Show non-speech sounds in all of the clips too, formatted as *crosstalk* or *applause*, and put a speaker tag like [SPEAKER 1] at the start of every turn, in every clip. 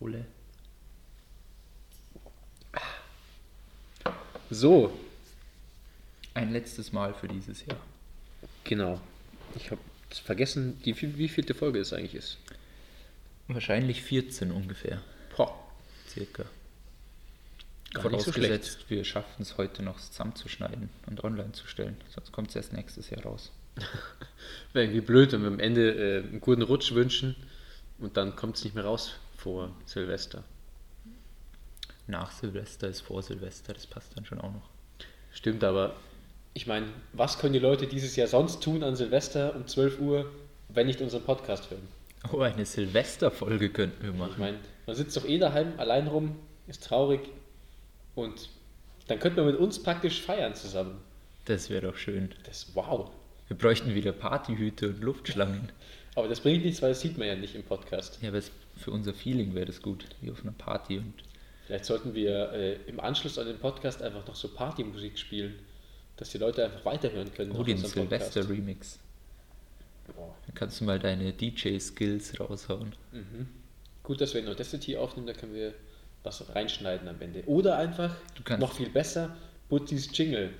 [SPEAKER 1] Ole. So,
[SPEAKER 2] Ein letztes Mal für dieses Jahr.
[SPEAKER 1] genau. Ich habe vergessen, die, wie, wie vielte Folge es eigentlich ist.
[SPEAKER 2] Wahrscheinlich 14 ungefähr,
[SPEAKER 1] Boah,
[SPEAKER 2] circa.
[SPEAKER 1] Gar nicht so
[SPEAKER 2] Vorausgesetzt, wir schaffen es heute noch zusammenzuschneiden und online zu stellen. Sonst kommt es erst nächstes Jahr raus.
[SPEAKER 1] wäre irgendwie blöd, wenn wir am Ende äh, einen guten Rutsch wünschen und dann kommt es nicht mehr raus vor Silvester.
[SPEAKER 2] Nach Silvester ist vor Silvester, das passt dann schon auch noch.
[SPEAKER 1] Stimmt, aber ich meine, was können die Leute dieses Jahr sonst tun an Silvester um 12 Uhr, wenn nicht unseren Podcast hören?
[SPEAKER 2] Oh, eine Silvesterfolge könnten wir
[SPEAKER 1] Ich
[SPEAKER 2] machen.
[SPEAKER 1] meine, man sitzt doch eh daheim allein rum, ist traurig und dann könnte man mit uns praktisch feiern zusammen.
[SPEAKER 2] Das wäre doch schön.
[SPEAKER 1] Das wow.
[SPEAKER 2] Wir bräuchten wieder Partyhüte und Luftschlangen.
[SPEAKER 1] Aber das bringt nichts, weil das sieht man ja nicht im Podcast.
[SPEAKER 2] Ja, aber es, für unser Feeling wäre das gut, wie auf einer Party. Und
[SPEAKER 1] Vielleicht sollten wir äh, im Anschluss an den Podcast einfach noch so Partymusik spielen, dass die Leute einfach weiterhören können.
[SPEAKER 2] oh,
[SPEAKER 1] nach
[SPEAKER 2] den
[SPEAKER 1] unserem Podcast.
[SPEAKER 2] Silvester-Remix.
[SPEAKER 1] Boah.
[SPEAKER 2] Dann kannst du mal deine DJ-Skills raushauen.
[SPEAKER 1] Gut, dass wir in Audacity aufnehmen, da können wir was reinschneiden am Ende. Oder einfach,
[SPEAKER 2] Du kannst-
[SPEAKER 1] noch viel besser, Buttis Jingle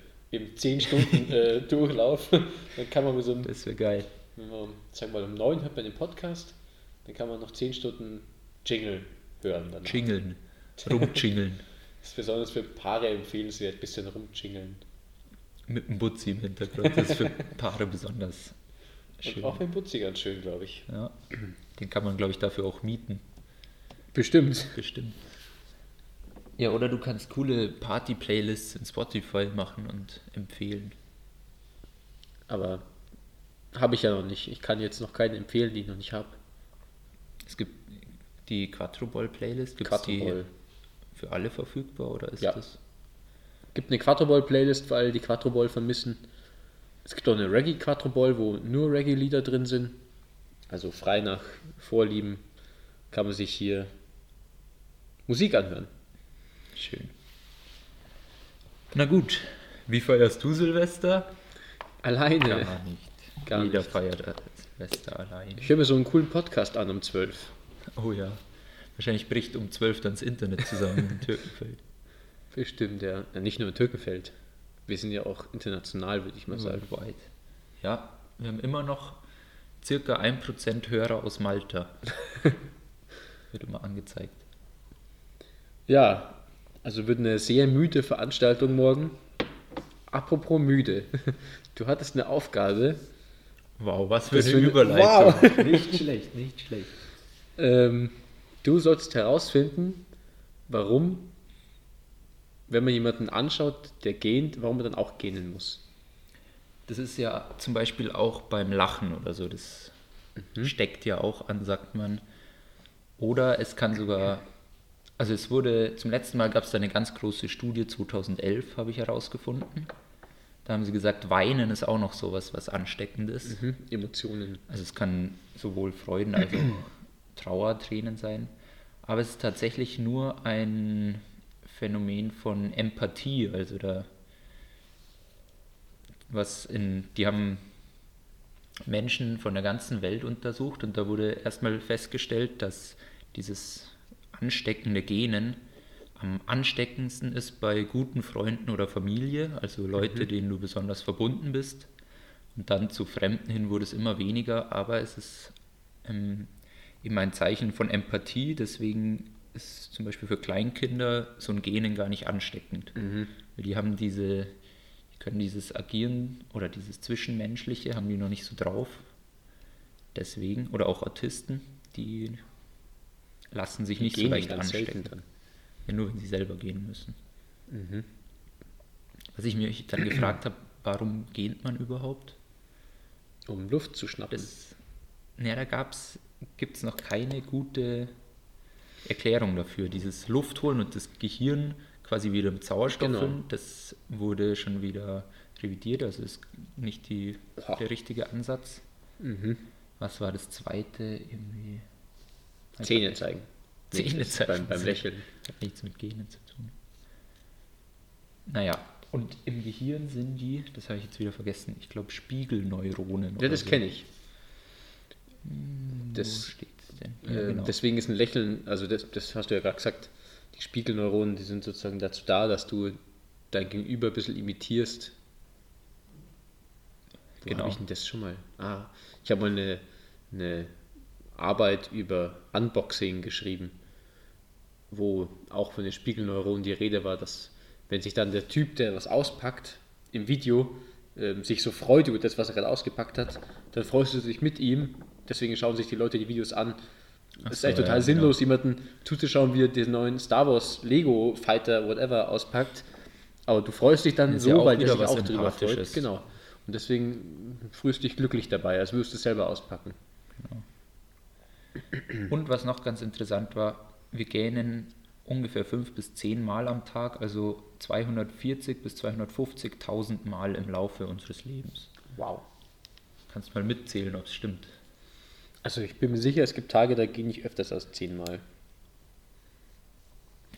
[SPEAKER 2] *laughs*
[SPEAKER 1] im 10-Stunden-Durchlauf. dann kann man mit so einem
[SPEAKER 2] Das wäre geil.
[SPEAKER 1] Wenn man, sagen wir mal, um 9 hört man den Podcast, dann kann man noch 10 Stunden Jingle hören. Dann.
[SPEAKER 2] Jingeln. *laughs* Rumjingeln.
[SPEAKER 1] Das ist besonders für Paare empfehlenswert, ein bisschen rumjingeln.
[SPEAKER 2] Mit einem Butzi im Hintergrund. Das ist für Paare besonders
[SPEAKER 1] Und
[SPEAKER 2] schön.
[SPEAKER 1] auch beim Putzi ganz schön, glaube ich.
[SPEAKER 2] Ja. Den kann man, glaube ich, dafür auch mieten.
[SPEAKER 1] Bestimmt.
[SPEAKER 2] Bestimmt. Ja, oder du kannst coole Party-Playlists in Spotify machen und empfehlen.
[SPEAKER 1] Aber habe ich ja noch nicht. Ich kann jetzt noch keine empfehlen, die ich noch nicht habe.
[SPEAKER 2] Es gibt die Quattro Ball Playlist. Gibt es die
[SPEAKER 1] Quattroball.
[SPEAKER 2] für alle verfügbar oder ist
[SPEAKER 1] Ja.
[SPEAKER 2] das?
[SPEAKER 1] Gibt eine Quattroball-Playlist, weil die Quattroball vermissen. Es gibt auch eine Reggae-Quattroball, wo nur Reggae-Lieder drin sind. Also frei nach Vorlieben kann man sich hier Musik anhören.
[SPEAKER 2] Schön. Na gut. Wie feierst du Silvester?
[SPEAKER 1] Alleine.
[SPEAKER 2] Gar nicht.
[SPEAKER 1] Gar
[SPEAKER 2] Jeder
[SPEAKER 1] nicht.
[SPEAKER 2] feiert äh, Silvester allein.
[SPEAKER 1] Ich höre mir so einen coolen Podcast an um 12.
[SPEAKER 2] Oh ja. Wahrscheinlich bricht um 12 dann das Internet zusammen in *laughs* Türkenfeld.
[SPEAKER 1] Bestimmt, ja. ja nicht nur in Türkenfeld. Wir sind ja auch international, würde ich mal sagen.
[SPEAKER 2] Worldwide. Ja, wir haben immer noch circa 1% Hörer aus *laughs* Malta. Wird immer angezeigt.
[SPEAKER 1] Ja, also wird eine sehr müde Veranstaltung morgen. Apropos müde. *laughs* Du hattest eine Aufgabe.
[SPEAKER 2] Wow, was für
[SPEAKER 1] Das
[SPEAKER 2] eine
[SPEAKER 1] finde-
[SPEAKER 2] Überleitung. *laughs*
[SPEAKER 1] Wow.
[SPEAKER 2] Nicht schlecht, nicht schlecht.
[SPEAKER 1] Ähm, du sollst herausfinden, warum, wenn man jemanden anschaut, der gähnt, warum man dann auch gähnen muss.
[SPEAKER 2] Das ist ja zum Beispiel auch beim Lachen oder so. Das steckt ja auch an, sagt man. Oder es kann sogar, also es wurde, zum letzten Mal gab es da eine ganz große Studie, 2011 habe ich herausgefunden. Da haben sie gesagt, Weinen ist auch noch sowas, was ansteckend ist.
[SPEAKER 1] Hm? Emotionen.
[SPEAKER 2] Also es kann sowohl Freuden als auch Trauertränen sein. Aber es ist tatsächlich nur ein Phänomen von Empathie. Also da was in die haben Menschen von der ganzen Welt untersucht und da wurde erstmal festgestellt, dass dieses ansteckende Genen am ansteckendsten ist bei guten Freunden oder Familie, also Leute, denen du besonders verbunden bist. Und dann zu Fremden hin wurde es immer weniger, aber es ist ähm, eben ein Zeichen von Empathie. Deswegen ist zum Beispiel für Kleinkinder so ein Genen gar nicht ansteckend. Weil Die haben diese, die können dieses Agieren oder dieses Zwischenmenschliche haben die noch nicht so drauf. Deswegen, oder auch Autisten, die lassen sich nicht so
[SPEAKER 1] Gähnen
[SPEAKER 2] leicht anstecken.
[SPEAKER 1] dann.
[SPEAKER 2] Ja, nur wenn sie selber gehen müssen. Was ich mich dann gefragt habe, warum gähnt man überhaupt?
[SPEAKER 1] Um Luft zu schnappen.
[SPEAKER 2] Das, na, da gab's, gibt es noch keine gute Erklärung dafür. Dieses Luftholen und das Gehirn quasi wieder mit Sauerstoff
[SPEAKER 1] Genau.
[SPEAKER 2] füllen, das wurde schon wieder revidiert, also ist nicht die,
[SPEAKER 1] Boah.
[SPEAKER 2] der richtige Ansatz.
[SPEAKER 1] Mhm.
[SPEAKER 2] Was war das zweite? Irgendwie
[SPEAKER 1] Zähne zeigen.
[SPEAKER 2] Zähne zeigen.
[SPEAKER 1] Beim, beim Lächeln.
[SPEAKER 2] Hat nichts mit Genen zu tun. Naja, und im Gehirn sind die, das habe ich jetzt wieder vergessen, ich glaube Spiegelneuronen.
[SPEAKER 1] Ja, das
[SPEAKER 2] so.
[SPEAKER 1] kenne ich.
[SPEAKER 2] Wo
[SPEAKER 1] Das
[SPEAKER 2] steht's denn?
[SPEAKER 1] Äh,
[SPEAKER 2] Ja,
[SPEAKER 1] Ähm,
[SPEAKER 2] genau.
[SPEAKER 1] Deswegen ist ein Lächeln, also das, das hast du ja gerade gesagt, die Spiegelneuronen, die sind sozusagen dazu da, dass du dein Gegenüber ein bisschen imitierst.
[SPEAKER 2] Genau.
[SPEAKER 1] Wo genau. habe ich denn das schon mal? Ah, ich habe mal eine, eine Arbeit über Unboxing geschrieben, wo auch von den Spiegelneuronen die Rede war, dass wenn sich dann der Typ, der was auspackt, im Video ähm, sich so freut über das, was er gerade ausgepackt hat, dann freust du dich mit ihm. Deswegen schauen sich die Leute die Videos an. Es ist
[SPEAKER 2] so,
[SPEAKER 1] echt
[SPEAKER 2] ja, genau.
[SPEAKER 1] total sinnlos, jemanden zuzuschauen, wie er den neuen Star Wars Lego Fighter whatever auspackt. Aber du freust dich dann
[SPEAKER 2] Ist
[SPEAKER 1] so,
[SPEAKER 2] ja auch
[SPEAKER 1] weil der
[SPEAKER 2] wieder
[SPEAKER 1] sich
[SPEAKER 2] was
[SPEAKER 1] auch drüber freut.
[SPEAKER 2] Empathisches.
[SPEAKER 1] Genau. Und deswegen fühlst du dich glücklich dabei, als würdest du es selber auspacken.
[SPEAKER 2] Und was noch ganz interessant war, wir gähnen ungefähr fünf bis zehn Mal am Tag, also 240 bis 250.000 Mal im Laufe unseres Lebens.
[SPEAKER 1] Wow.
[SPEAKER 2] Kannst mal mitzählen, ob es stimmt.
[SPEAKER 1] Also ich bin mir sicher, es gibt Tage, da gehe ich öfters als zehnmal.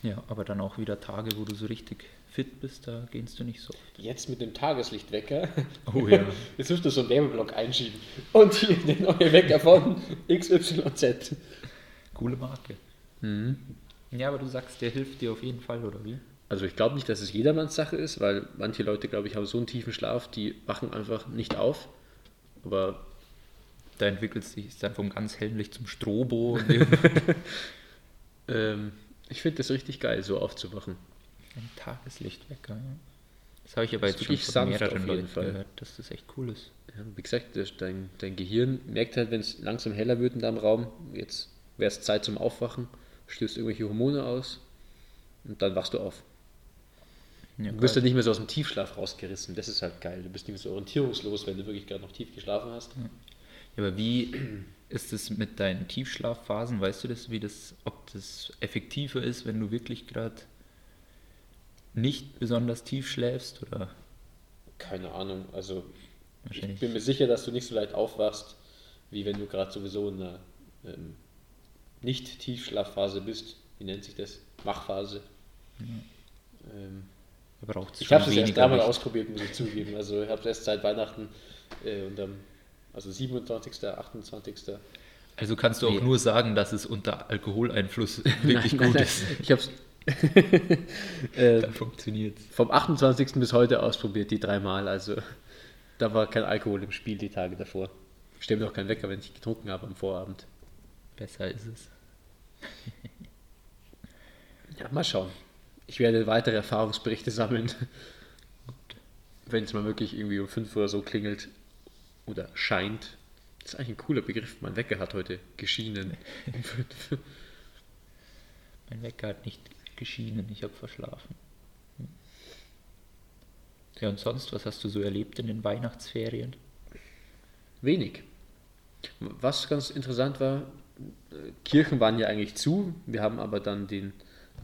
[SPEAKER 2] Ja, aber dann auch wieder Tage, wo du so richtig fit bist, da gähnst du nicht so oft.
[SPEAKER 1] Jetzt mit dem Tageslichtwecker.
[SPEAKER 2] Oh ja.
[SPEAKER 1] *laughs* Jetzt müsst ihr so einen Werbeblock einschieben. Und hier den neuen Wecker von XYZ.
[SPEAKER 2] Coole Marke.
[SPEAKER 1] Mhm.
[SPEAKER 2] Ja, aber du sagst, der hilft dir auf jeden Fall, oder wie?
[SPEAKER 1] Also ich glaube nicht, dass es jedermanns Sache ist, weil manche Leute, glaube ich, haben so einen tiefen Schlaf, die wachen einfach nicht auf. Aber
[SPEAKER 2] Da entwickelst du dich dann vom ganz hellen Licht zum Strobo.
[SPEAKER 1] *laughs*
[SPEAKER 2] Und dem-
[SPEAKER 1] ähm, ich finde das richtig geil, so aufzuwachen.
[SPEAKER 2] Ein Tageslichtwecker, ja. Das habe ich aber
[SPEAKER 1] Ist
[SPEAKER 2] jetzt schon
[SPEAKER 1] wirklich
[SPEAKER 2] von
[SPEAKER 1] sanft auf
[SPEAKER 2] mehreren
[SPEAKER 1] jeden
[SPEAKER 2] Leuten
[SPEAKER 1] Fall.
[SPEAKER 2] gehört, dass das echt cool ist.
[SPEAKER 1] Ja, wie gesagt, das, dein, dein Gehirn merkt halt, wenn es langsam heller wird in deinem Raum, jetzt wäre es Zeit zum Aufwachen, stößt irgendwelche Hormone aus und dann wachst du auf.
[SPEAKER 2] Ja,
[SPEAKER 1] Du wirst dann nicht mehr so aus dem Tiefschlaf rausgerissen. Das ist halt geil. Du bist nicht mehr so orientierungslos, wenn du wirklich gerade noch tief geschlafen hast.
[SPEAKER 2] Ja, aber wie ist es mit deinen Tiefschlafphasen? Weißt du das, wie das, ob das effektiver ist, wenn du wirklich gerade nicht besonders tief schläfst oder
[SPEAKER 1] Keine Ahnung. Also ich
[SPEAKER 2] wahrscheinlich?
[SPEAKER 1] bin mir sicher, dass du nicht so leicht aufwachst, wie wenn du gerade sowieso in einer ähm, nicht Tiefschlafphase bist. Wie nennt sich das? Wachphase. Ähm,
[SPEAKER 2] da braucht's
[SPEAKER 1] ich
[SPEAKER 2] schon
[SPEAKER 1] habe es erst
[SPEAKER 2] weniger
[SPEAKER 1] dreimal
[SPEAKER 2] Licht.
[SPEAKER 1] ausprobiert, muss ich zugeben. Also ich habe es erst seit Weihnachten äh, und am also 27., 28.
[SPEAKER 2] Also kannst du auch
[SPEAKER 1] Nee.
[SPEAKER 2] nur sagen, dass es unter Alkoholeinfluss wirklich
[SPEAKER 1] *laughs* Nein,
[SPEAKER 2] gut
[SPEAKER 1] nein,
[SPEAKER 2] ist.
[SPEAKER 1] nein. Ich
[SPEAKER 2] *laughs*
[SPEAKER 1] Äh, habe es
[SPEAKER 2] Dann funktioniert
[SPEAKER 1] vom 28. bis heute ausprobiert, die dreimal. Also da war kein Alkohol im Spiel die Tage davor. Ich stelle mir auch keinen Wecker, wenn ich getrunken habe am Vorabend.
[SPEAKER 2] Besser ist es.
[SPEAKER 1] Ja, mal schauen. Ich werde weitere Erfahrungsberichte sammeln. *laughs* Wenn es mal wirklich irgendwie um 5 oder so klingelt oder scheint. Das ist eigentlich ein cooler Begriff. Mein Wecker hat heute geschienen. Um fünf.
[SPEAKER 2] Mein Wecker hat nicht geschienen, ich habe verschlafen. Hm. Ja, und sonst, was hast du so erlebt in den Weihnachtsferien?
[SPEAKER 1] Wenig. Was ganz interessant war, äh, Kirchen waren ja eigentlich zu. Wir haben aber dann den,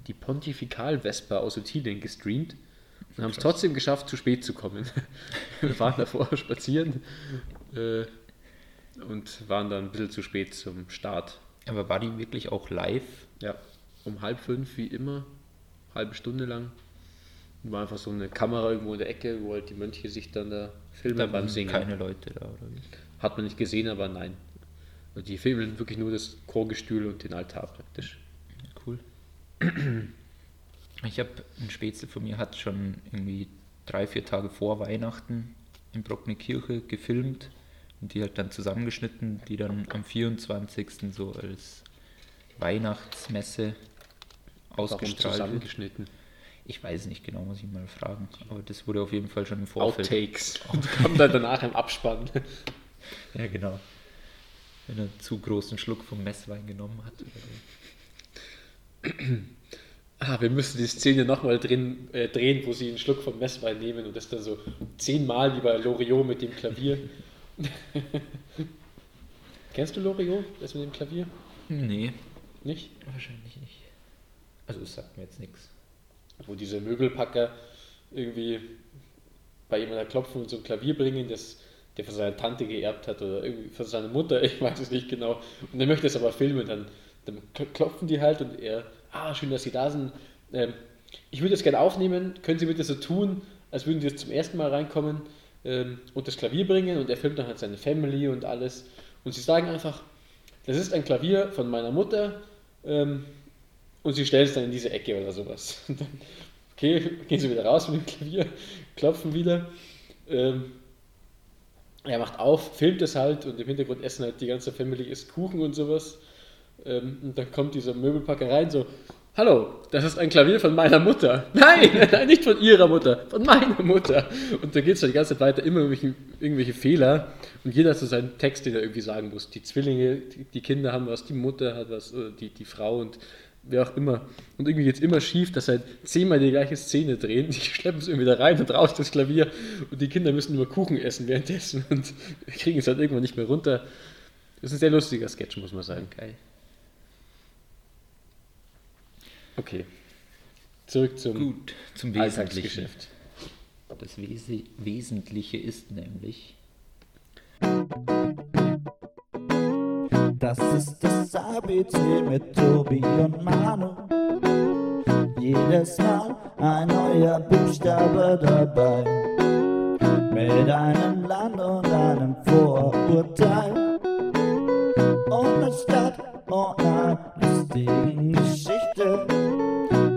[SPEAKER 1] die Pontifikalvesper aus Utilien gestreamt und haben es trotzdem geschafft, zu spät zu kommen. *laughs* Wir waren davor *laughs* spazieren äh, und waren dann ein bisschen zu spät zum Start.
[SPEAKER 2] Aber war die wirklich auch live?
[SPEAKER 1] Ja, um halb fünf, wie immer, halbe Stunde lang. War einfach so eine Kamera irgendwo in der Ecke, wo halt die Mönche sich dann da filmen
[SPEAKER 2] Da
[SPEAKER 1] beim
[SPEAKER 2] waren
[SPEAKER 1] Singen.
[SPEAKER 2] keine Leute da, oder wie?
[SPEAKER 1] Hat man nicht gesehen, aber nein. Und die filmen wirklich nur das Chorgestühl und den Altar praktisch.
[SPEAKER 2] Ja, cool. Ich habe ein Spätzle von mir hat schon irgendwie drei, vier Tage vor Weihnachten in Brockene Kirche gefilmt und die halt dann zusammengeschnitten, die dann am 24. so als Weihnachtsmesse
[SPEAKER 1] Warum
[SPEAKER 2] ausgestrahlt wird.
[SPEAKER 1] zusammengeschnitten?
[SPEAKER 2] Ich weiß nicht genau, muss ich mal fragen. Aber das wurde auf jeden Fall schon im Vorfeld. *laughs*
[SPEAKER 1] Outtakes. Und kam dann danach im Abspann.
[SPEAKER 2] Ja, genau. Wenn er einen zu großen Schluck vom Messwein genommen hat. oder so.
[SPEAKER 1] Ah, wir müssen die Szene nochmal drin, äh, drehen, wo sie einen Schluck vom Messwein nehmen und das dann so zehnmal wie bei Loriot mit dem Klavier. *laughs* Kennst du Loriot, das mit dem Klavier?
[SPEAKER 2] Nee,
[SPEAKER 1] Nicht?
[SPEAKER 2] wahrscheinlich nicht. Also, es sagt mir jetzt nichts.
[SPEAKER 1] wo diese Möbelpacker irgendwie bei jemandem klopfen und so ein Klavier bringen, das der von seiner Tante geerbt hat oder irgendwie von seiner Mutter, *laughs* ich weiß es nicht genau. Und er möchte es aber filmen, dann, dann kl- klopfen die halt und er, ah, schön, dass Sie da sind. Ähm, ich würde das gerne aufnehmen, können Sie bitte so tun, als würden Sie jetzt zum ersten Mal reinkommen ähm, und das Klavier bringen und er filmt dann halt seine Family und alles. Und sie sagen einfach, das ist ein Klavier von meiner Mutter ähm, und sie stellen es dann in diese Ecke oder sowas. *laughs* Und dann, okay, gehen sie wieder raus mit dem Klavier, klopfen wieder. Ähm, er macht auf, filmt es halt und im Hintergrund essen halt die ganze Family isst Kuchen und sowas. Ähm, und dann kommt dieser Möbelpacker rein so, Hallo, das ist ein Klavier von meiner Mutter. *laughs* Nein, nein, nicht von ihrer Mutter, von meiner Mutter. Und da geht es die ganze Zeit weiter, immer irgendwelche, irgendwelche Fehler. Und jeder hat so seinen Text, den er irgendwie sagen muss. Die Zwillinge, die- die Kinder haben was, die Mutter hat was, oder die, die Frau und wer auch immer. Und irgendwie geht es immer schief, dass halt zehnmal die gleiche Szene drehen. Die *laughs* schleppen es irgendwie da rein und raus, das Klavier. Und die Kinder müssen immer Kuchen essen währenddessen *laughs* und kriegen es halt irgendwann nicht mehr runter. Das ist ein sehr lustiger Sketch, muss man sagen.
[SPEAKER 2] Geil.
[SPEAKER 1] Okay. Zurück zum
[SPEAKER 2] Gut, zum Wesentlichen.
[SPEAKER 1] Alltagsgeschäft.
[SPEAKER 2] Das Wesi Wesentliche ist nämlich,
[SPEAKER 3] Das ist das ABC mit Tobi und Manu. Jedes Mal ein neuer Buchstabe dabei. Mit einem Land und einem Vorurteil. Ohne Stadt und einer lustigen Geschichte.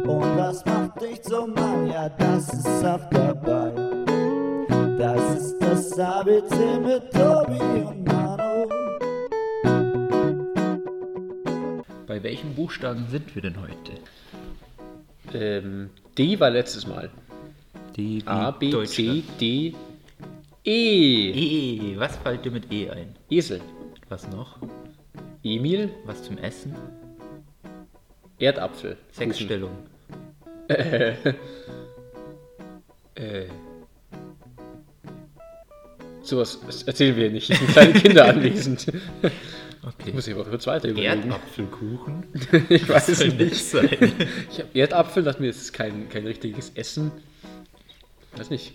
[SPEAKER 3] Und was macht dich so Mann? Ja, das ist auch dabei. Das ist das ABC mit Tobi und Manu.
[SPEAKER 2] bei welchen Buchstaben sind wir denn heute?
[SPEAKER 1] Ähm, D war letztes Mal.
[SPEAKER 2] Die wie
[SPEAKER 1] A, B, C,
[SPEAKER 2] Hm, Deutschland.
[SPEAKER 1] D, E.
[SPEAKER 2] E, was fällt dir mit E ein?
[SPEAKER 1] Esel.
[SPEAKER 2] Was noch?
[SPEAKER 1] Emil,
[SPEAKER 2] Was zum Essen?
[SPEAKER 1] Erdapfel.
[SPEAKER 2] Sechsstellung. Äh.
[SPEAKER 1] Sowas das erzählen wir nicht. Es sind kleine Kinder
[SPEAKER 2] *laughs*
[SPEAKER 1] anwesend.
[SPEAKER 2] Okay.
[SPEAKER 1] Muss ich aber kurz weiter überlegen. *laughs*
[SPEAKER 2] Erdapfelkuchen?
[SPEAKER 1] Ich weiß
[SPEAKER 2] soll
[SPEAKER 1] es
[SPEAKER 2] das
[SPEAKER 1] nicht.
[SPEAKER 2] sein?
[SPEAKER 1] Ich habe Erdapfel, dachte mir, das ist kein, kein richtiges Essen. Weiß nicht.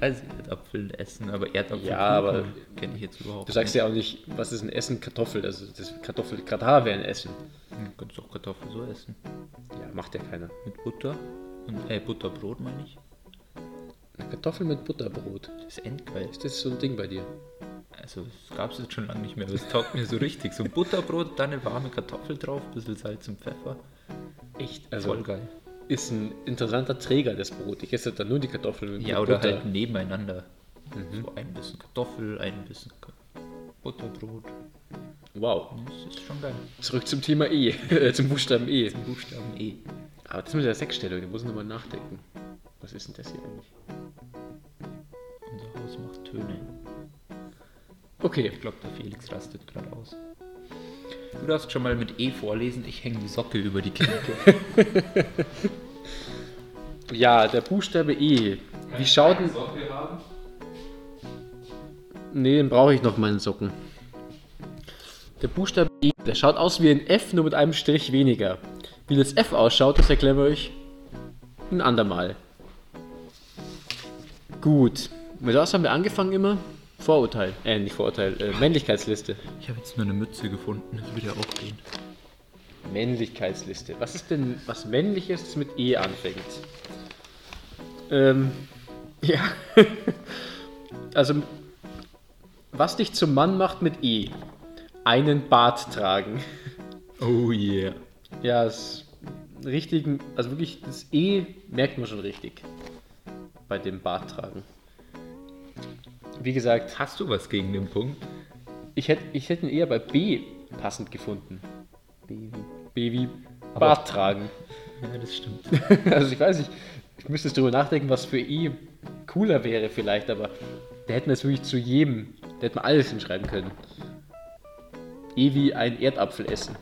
[SPEAKER 2] Also Erdapfel essen, aber Erdapfelkuchen
[SPEAKER 1] Ja, aber-
[SPEAKER 2] kenne ich jetzt überhaupt
[SPEAKER 1] Du sagst ja auch nicht, was ist ein Essen? Kartoffel. Also das Kartoffel, Katar wäre ein Essen.
[SPEAKER 2] nicht. Du kannst auch Kartoffeln so essen.
[SPEAKER 1] Ja, macht ja keiner.
[SPEAKER 2] Mit Butter. Und, äh, Butterbrot meine ich.
[SPEAKER 1] Eine Kartoffel mit Butterbrot.
[SPEAKER 2] Das ist endgeil.
[SPEAKER 1] Ist das so ein Ding bei dir?
[SPEAKER 2] Also, das gab es jetzt schon lange nicht mehr, aber es taugt mir so richtig. So ein Butterbrot, dann eine warme Kartoffel drauf, ein bisschen Salz und Pfeffer.
[SPEAKER 1] Echt?
[SPEAKER 2] Voll
[SPEAKER 1] Also,
[SPEAKER 2] geil.
[SPEAKER 1] ist ein interessanter Träger, das Brot. Ich esse dann nur die Kartoffeln mit
[SPEAKER 2] Ja, oder
[SPEAKER 1] Butter.
[SPEAKER 2] halt nebeneinander. So ein bisschen Kartoffel, ein bisschen Ka- Butterbrot.
[SPEAKER 1] Wow.
[SPEAKER 2] Das ist schon geil.
[SPEAKER 1] Zurück zum Thema E, *laughs* äh, zum Buchstaben E.
[SPEAKER 2] Buchstaben E.
[SPEAKER 1] Aber das mit der Sechsstellung, da muss ich nochmal nachdenken. Was ist denn das hier eigentlich?
[SPEAKER 2] Unser Haus macht Töne.
[SPEAKER 1] Okay,
[SPEAKER 2] Ich glaube, der Felix rastet gerade aus. Du darfst schon mal mit E vorlesen, ich hänge die Socke über die *laughs* Klinke.
[SPEAKER 1] ja, der Buchstabe E. Wie schaut denn...
[SPEAKER 2] Socke haben?
[SPEAKER 1] Nee, den brauche ich noch, meinen Socken. Der Buchstabe E, der schaut aus wie ein F, nur mit einem Strich weniger. Wie das F ausschaut, das erklären wir euch ein andermal. Gut. Mit was haben wir angefangen immer? Vorurteil. Äh, nicht Vorurteil, äh, Männlichkeitsliste.
[SPEAKER 2] Ich habe jetzt nur eine Mütze gefunden, das würde ja auch gehen.
[SPEAKER 1] Männlichkeitsliste. Was ist denn was Männliches, das mit E anfängt? Ähm, *laughs* ja. also, was dich zum Mann macht mit E? Einen Bart tragen.
[SPEAKER 2] Oh yeah.
[SPEAKER 1] Ja, das richtigen, also wirklich, das E merkt man schon richtig. Bei dem Bart tragen. Wie gesagt,
[SPEAKER 2] Hast du was gegen den Punkt?
[SPEAKER 1] ich hätte ich hätt ihn eher bei B passend gefunden.
[SPEAKER 2] Baby.
[SPEAKER 1] B wie Bart tragen.
[SPEAKER 2] Ja, das stimmt.
[SPEAKER 1] *laughs* Also ich weiß nicht, ich müsste jetzt drüber nachdenken, was für E cooler wäre vielleicht, aber da hätten wir es wirklich zu jedem, da hätten wir alles hinschreiben können. E wie ein Erdapfel essen.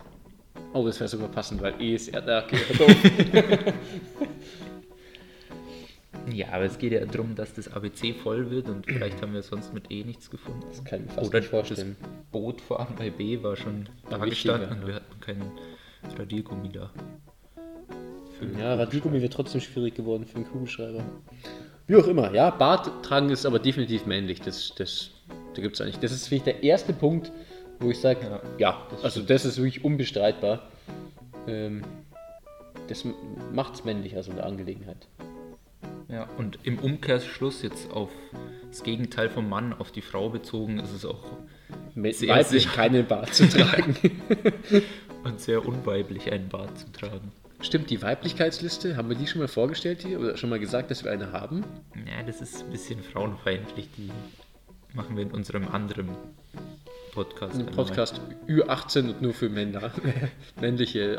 [SPEAKER 1] Oh, das wäre sogar passend, weil E ist *laughs* Erdapfel.
[SPEAKER 2] Ja, aber es geht ja darum, dass das ABC voll wird und vielleicht haben wir sonst mit E nichts gefunden.
[SPEAKER 1] Das kann ich mir fast
[SPEAKER 2] Oder
[SPEAKER 1] nicht vorstellen.
[SPEAKER 2] das Boot voran bei B war schon da
[SPEAKER 1] wichtiger,
[SPEAKER 2] gestanden und wir hatten keinen Radiergummi da.
[SPEAKER 1] Ja, Radiergummi wäre trotzdem schwierig geworden für einen Kugelschreiber. Wie auch immer, ja, Bart tragen ist aber definitiv männlich. Das, das, da gibt es eigentlich. Das ist vielleicht der erste Punkt, wo ich sage, ja,
[SPEAKER 2] Ja, das
[SPEAKER 1] also das ist wirklich unbestreitbar. Ähm, das macht es männlich, also in der Angelegenheit.
[SPEAKER 2] Ja, und im Umkehrschluss jetzt auf das Gegenteil vom Mann, auf die Frau bezogen, ist es auch
[SPEAKER 1] mit
[SPEAKER 2] Sehr
[SPEAKER 1] weiblich
[SPEAKER 2] sicher.
[SPEAKER 1] keinen Bart
[SPEAKER 2] *laughs*
[SPEAKER 1] zu tragen.
[SPEAKER 2] Und sehr unweiblich einen Bart zu tragen.
[SPEAKER 1] Stimmt, die Weiblichkeitsliste, haben wir die schon mal vorgestellt hier oder schon mal gesagt, dass wir eine haben?
[SPEAKER 2] Ja, das ist ein bisschen frauenfeindlich. Die machen wir in unserem anderen Podcast.
[SPEAKER 1] Ein Podcast Ü18 und nur für Männer, *laughs* männliche äh,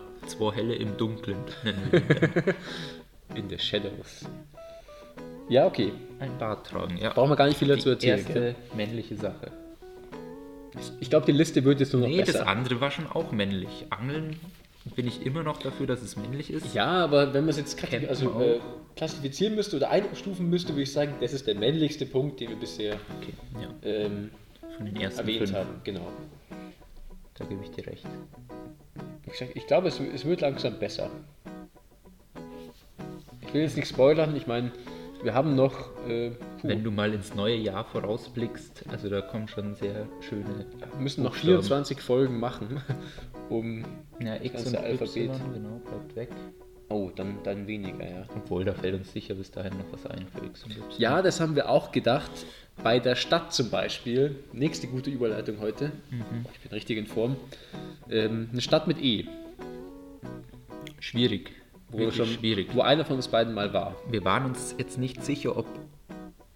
[SPEAKER 2] einmal. Zwei Helle im Dunkeln.
[SPEAKER 1] in the Shadows. Ja, okay.
[SPEAKER 2] Ein Bart tragen, ja.
[SPEAKER 1] Brauchen wir gar nicht viel dazu
[SPEAKER 2] die
[SPEAKER 1] erzählen.
[SPEAKER 2] erste
[SPEAKER 1] gell?
[SPEAKER 2] männliche Sache.
[SPEAKER 1] Ich glaube, die Liste wird jetzt nur noch
[SPEAKER 2] Nee, das
[SPEAKER 1] besser.
[SPEAKER 2] andere war schon auch männlich. Angeln bin ich immer noch dafür, dass es männlich ist.
[SPEAKER 1] Ja, aber wenn man es jetzt
[SPEAKER 2] Kennt
[SPEAKER 1] kategor-
[SPEAKER 2] man
[SPEAKER 1] also,
[SPEAKER 2] auch.
[SPEAKER 1] äh, klassifizieren müsste oder einstufen müsste, würde ich sagen, das ist der männlichste Punkt, den wir bisher
[SPEAKER 2] Okay, ja.
[SPEAKER 1] ähm,
[SPEAKER 2] Von den ersten
[SPEAKER 1] erwähnt
[SPEAKER 2] fünf.
[SPEAKER 1] haben. Genau.
[SPEAKER 2] Da gebe ich dir recht.
[SPEAKER 1] Ich, sag- ich glaube, es, es wird langsam besser. Ich will jetzt nicht spoilern, ich meine, wir haben noch. Äh, puh,
[SPEAKER 2] Wenn du mal ins neue Jahr vorausblickst, also da kommen schon sehr schöne.
[SPEAKER 1] wir müssen noch
[SPEAKER 2] Buchstaben.
[SPEAKER 1] 24 Folgen machen, *laughs* um.
[SPEAKER 2] Ja, X und
[SPEAKER 1] ganze
[SPEAKER 2] Y,
[SPEAKER 1] Alphabet.
[SPEAKER 2] genau, bleibt weg.
[SPEAKER 1] Oh, dann, dann weniger, ja.
[SPEAKER 2] Obwohl, da fällt uns sicher bis dahin noch was ein für X und Y.
[SPEAKER 1] Ja, das haben wir auch gedacht. Bei der Stadt zum Beispiel, nächste gute Überleitung heute, Oh, ich bin richtig in Form, ähm, eine Stadt mit E,
[SPEAKER 2] Schwierig.
[SPEAKER 1] wo,
[SPEAKER 2] Wirklich
[SPEAKER 1] schon,
[SPEAKER 2] schwierig.
[SPEAKER 1] wo einer von uns beiden mal war.
[SPEAKER 2] Wir waren uns jetzt nicht sicher, ob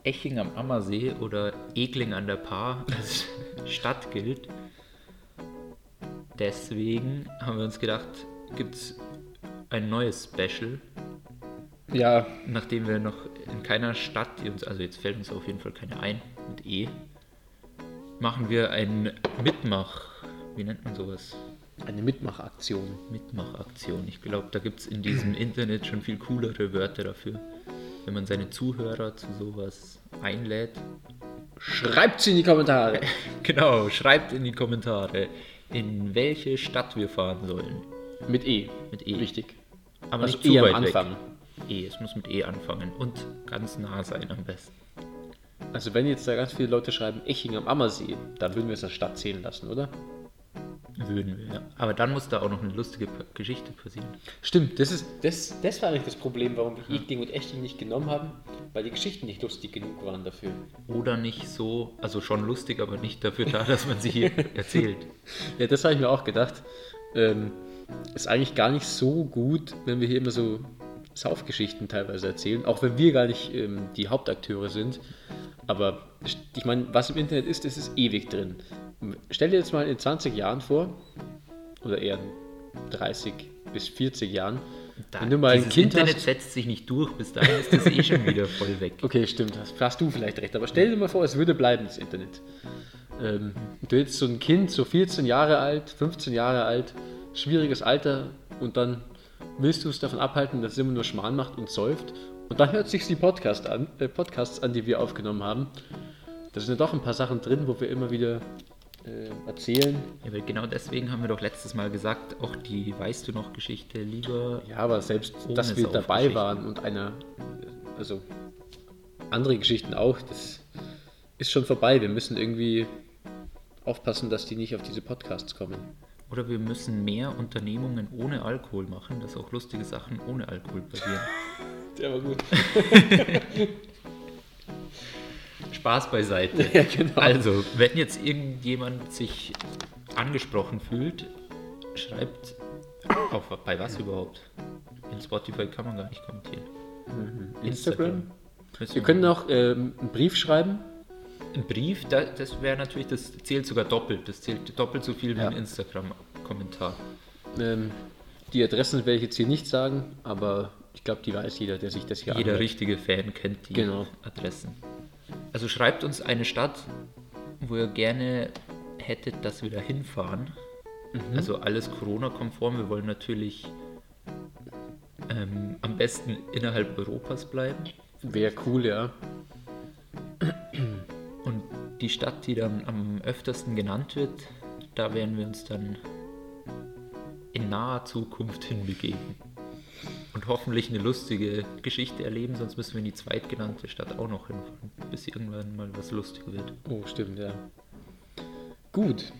[SPEAKER 2] Eching am Ammersee oder Egling an der Paar als Stadt gilt. Deswegen haben wir uns gedacht, gibt es ein neues Special,
[SPEAKER 1] Ja,
[SPEAKER 2] nachdem wir noch in keiner Stadt, die uns, also jetzt fällt uns auf jeden Fall keine ein, mit E, machen wir ein Mitmach, wie nennt man sowas?
[SPEAKER 1] eine Mitmachaktion.
[SPEAKER 2] Mitmachaktion. Ich glaube, da gibt es in diesem Internet schon viel coolere Wörter dafür. Wenn man seine Zuhörer zu sowas einlädt. *laughs*
[SPEAKER 1] Schreibt's in die *laughs* Kommentare.
[SPEAKER 2] Genau, schreibt in die Kommentare, in welche Stadt wir fahren sollen.
[SPEAKER 1] Mit E.
[SPEAKER 2] Mit E.
[SPEAKER 1] Wichtig.
[SPEAKER 2] Aber
[SPEAKER 1] Also
[SPEAKER 2] nicht zu
[SPEAKER 1] E
[SPEAKER 2] weit
[SPEAKER 1] am Anfang.
[SPEAKER 2] weg. E, es muss mit E anfangen und ganz nah sein am besten.
[SPEAKER 1] Also wenn jetzt da ganz viele Leute schreiben, Eching am Ammersee, dann würden wir es als Stadt zählen lassen, oder?
[SPEAKER 2] Würden wir. ja. Aber dann muss da auch noch eine lustige Pa- Geschichte passieren.
[SPEAKER 1] Stimmt, das ist das, das war eigentlich das Problem, warum wir Egling und Echting nicht genommen haben, weil die Geschichten nicht lustig genug waren dafür.
[SPEAKER 2] Oder nicht so, also schon lustig, aber nicht dafür da, dass man sie
[SPEAKER 1] *laughs*
[SPEAKER 2] hier erzählt.
[SPEAKER 1] Ja, das habe ich mir auch gedacht. Ähm, ist eigentlich gar nicht so gut, wenn wir hier immer so Saufgeschichten teilweise erzählen, auch wenn wir gar nicht ähm, die Hauptakteure sind. Aber ich meine, was im Internet ist, das ist ewig drin. Stell dir jetzt mal in 20 Jahren vor, oder eher in 30 bis 40 Jahren,
[SPEAKER 2] Da,
[SPEAKER 1] wenn du mal ein
[SPEAKER 2] dieses
[SPEAKER 1] Kind
[SPEAKER 2] Internet
[SPEAKER 1] hast.
[SPEAKER 2] setzt sich nicht durch, bis dahin ist das eh schon wieder voll
[SPEAKER 1] *laughs*
[SPEAKER 2] weg.
[SPEAKER 1] Okay, stimmt, hast, hast du vielleicht recht. Aber stell dir mal vor, es würde bleiben, das Internet. Ähm, du hättest so ein Kind, so 14 Jahre alt, 15 Jahre alt, schwieriges Alter und dann willst du es davon abhalten, dass es immer nur Schmarrn macht und säuft. Und dann hört sich die Podcast an, äh, Podcasts an, die wir aufgenommen haben. Da sind ja doch ein paar Sachen drin, wo wir immer wieder äh, erzählen.
[SPEAKER 2] Ja, weil genau deswegen haben wir doch letztes Mal gesagt, auch die Weißt du noch Geschichte lieber.
[SPEAKER 1] Ja, aber selbst,
[SPEAKER 2] Ohne
[SPEAKER 1] dass wir dabei
[SPEAKER 2] Saufgeschichten.
[SPEAKER 1] waren und einer, also andere Geschichten auch, das ist schon vorbei. Wir müssen irgendwie aufpassen, dass die nicht auf diese Podcasts kommen.
[SPEAKER 2] Oder wir müssen mehr Unternehmungen ohne Alkohol machen, dass auch lustige Sachen ohne Alkohol passieren.
[SPEAKER 1] Der war gut.
[SPEAKER 2] Spaß beiseite.
[SPEAKER 1] *laughs* Ja, genau.
[SPEAKER 2] Also, wenn jetzt irgendjemand sich angesprochen fühlt, schreibt auf, bei was überhaupt? In Spotify kann man gar nicht kommentieren.
[SPEAKER 1] Instagram?
[SPEAKER 2] Müssen
[SPEAKER 1] Wir können auch ähm, einen Brief schreiben.
[SPEAKER 2] Ein Brief, da, das wäre natürlich, das zählt sogar doppelt. Das zählt doppelt so viel wie
[SPEAKER 1] Ja.
[SPEAKER 2] ein Instagram-Kommentar.
[SPEAKER 1] Ähm, die Adressen werde ich jetzt hier nicht sagen, aber ich glaube, die weiß jeder, der sich das hier
[SPEAKER 2] Jeder
[SPEAKER 1] anhört.
[SPEAKER 2] richtige Fan kennt die
[SPEAKER 1] Genau.
[SPEAKER 2] Adressen. Also schreibt uns eine Stadt, wo ihr gerne hättet, dass wir da hinfahren.
[SPEAKER 1] Mhm.
[SPEAKER 2] Also alles Corona-konform. Wir wollen natürlich ähm, am besten innerhalb Europas bleiben.
[SPEAKER 1] Wäre cool, ja.
[SPEAKER 2] Und die Stadt, die dann am öftersten genannt wird, da werden wir uns dann in naher Zukunft hinbegeben. Und hoffentlich eine lustige Geschichte erleben, sonst müssen wir in die zweitgenannte Stadt auch noch hinfahren, bis irgendwann mal was lustig wird.
[SPEAKER 1] Oh, stimmt, ja. Gut.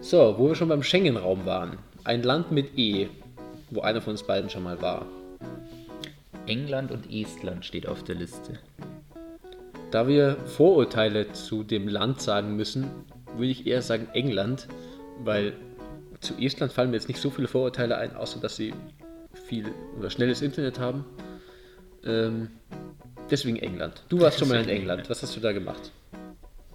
[SPEAKER 1] So, wo wir schon beim Schengen-Raum waren. Ein Land mit E, wo einer von uns beiden schon mal war.
[SPEAKER 2] England und Estland steht auf der Liste.
[SPEAKER 1] Da wir Vorurteile zu dem Land sagen müssen, würde ich eher sagen England, weil zu Estland fallen mir jetzt nicht so viele Vorurteile ein, außer dass sie viel oder schnelles Internet haben. Ähm, deswegen England. Du warst schon mal in
[SPEAKER 2] Deswegen
[SPEAKER 1] England.
[SPEAKER 2] England.
[SPEAKER 1] Was hast du da gemacht?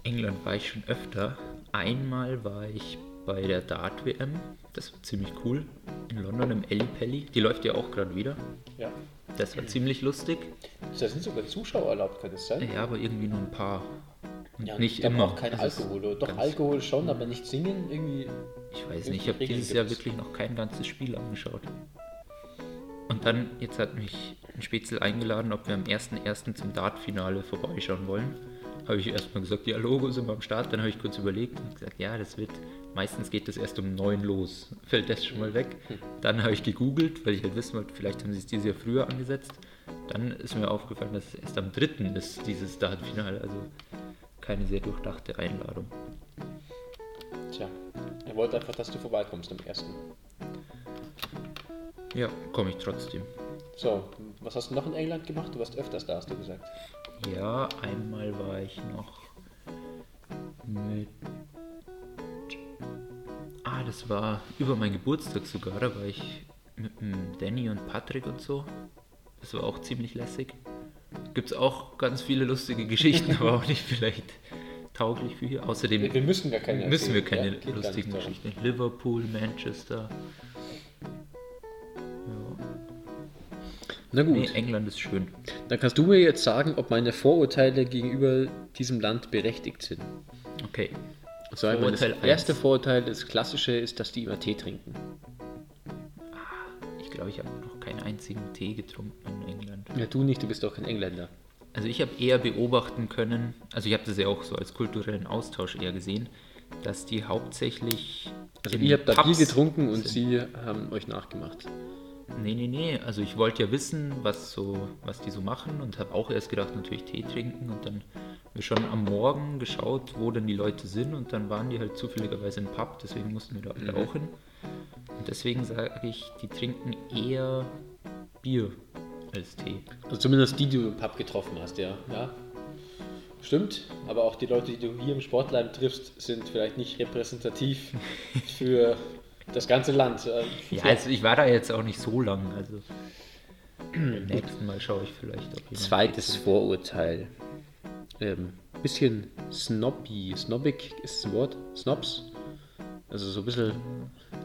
[SPEAKER 2] England war ich schon öfter. Einmal war ich bei der Dart-WM. Das war ziemlich cool. In London im Ellie Pelli. Die läuft ja auch gerade wieder.
[SPEAKER 1] Ja.
[SPEAKER 2] Das war ziemlich lustig.
[SPEAKER 1] Da sind sogar Zuschauer erlaubt, kann es sein?
[SPEAKER 2] Ja, aber irgendwie nur ein paar. Und nicht immer. Also es-
[SPEAKER 1] oder doch Alkohol
[SPEAKER 2] mhm.
[SPEAKER 1] schon, aber nicht singen. Irgendwie.
[SPEAKER 2] Ich weiß nicht, ich
[SPEAKER 1] Irgendwie
[SPEAKER 2] habe
[SPEAKER 1] Regeln
[SPEAKER 2] dieses Jahr
[SPEAKER 1] gibt's.
[SPEAKER 2] wirklich noch kein ganzes Spiel angeschaut. Und dann, jetzt hat mich ein Spätzle eingeladen, ob wir am 1.1. zum Dartfinale vorbeischauen wollen. Habe ich erstmal gesagt, ja, Logo sind wir am Start. Dann habe ich kurz überlegt und gesagt, ja, das wird, meistens geht das erst um 9 los. *laughs* Fällt das schon mal weg. Dann habe ich gegoogelt, weil ich halt wissen wollte, vielleicht haben sie es dieses Jahr früher angesetzt. Dann ist mir aufgefallen, dass es erst am 3. ist, dieses Dartfinale. Also keine sehr durchdachte Einladung.
[SPEAKER 1] Tja. Er wollte einfach, dass du vorbeikommst am ersten.
[SPEAKER 2] Ja, komme ich trotzdem.
[SPEAKER 1] So, was hast du noch in England gemacht? Du warst öfters da, hast du gesagt.
[SPEAKER 2] Ja, einmal war ich noch mit. Ah, das war über meinen Geburtstag sogar. Da war ich mit dem Danny und Patrick und so. Das war auch ziemlich lässig. Gibt's auch ganz viele lustige Geschichten, aber auch nicht vielleicht tauglich für hier. Außerdem
[SPEAKER 1] Wir müssen gar keine
[SPEAKER 2] Mhm. müssen wir
[SPEAKER 1] erzählen,
[SPEAKER 2] keine
[SPEAKER 1] ja? Geht gar
[SPEAKER 2] lustigen
[SPEAKER 1] nicht darum.
[SPEAKER 2] Geschichten. Liverpool, Manchester. Ja.
[SPEAKER 1] Na gut.
[SPEAKER 2] Nee, England ist schön.
[SPEAKER 1] Dann kannst du mir jetzt sagen, ob meine Vorurteile gegenüber diesem Land berechtigt sind.
[SPEAKER 2] Okay.
[SPEAKER 1] Und zwar mein das
[SPEAKER 2] Vorurteil eins.
[SPEAKER 1] erste Vorurteil, das klassische, ist, dass die immer Tee trinken.
[SPEAKER 2] Ich glaube, ich habe noch keinen einzigen Tee getrunken in England.
[SPEAKER 1] Ja, du nicht, du bist doch kein Engländer.
[SPEAKER 2] Also ich habe eher beobachten können, also ich habe das ja auch so als kulturellen Austausch eher gesehen, dass die hauptsächlich.
[SPEAKER 1] Also
[SPEAKER 2] in
[SPEAKER 1] ihr habt da Bier
[SPEAKER 2] Pubs
[SPEAKER 1] getrunken und
[SPEAKER 2] sind.
[SPEAKER 1] sie haben euch nachgemacht.
[SPEAKER 2] Nee, nee, nee. Also ich wollte ja wissen, was, so, was die so machen und habe auch erst gedacht, natürlich Tee trinken und dann haben wir schon am Morgen geschaut, wo denn die Leute sind und dann waren die halt zufälligerweise im Pub, deswegen mussten wir da
[SPEAKER 1] Mhm.
[SPEAKER 2] alle auch hin. Und deswegen sage ich, die trinken eher Bier als Tee.
[SPEAKER 1] Also zumindest die, die du im Pub getroffen hast, ja. ja. Stimmt, aber auch die Leute, die du hier im Sportleim triffst, sind vielleicht nicht *laughs* repräsentativ für das ganze Land. Ähm,
[SPEAKER 2] Ja, also ich war da jetzt auch nicht so lang, also beim nächsten Mal schaue ich vielleicht, ob jemand
[SPEAKER 1] Zweites Vorurteil. Ähm, bisschen snobby. Snobbig ist das Wort. Snobs. Also so ein bisschen.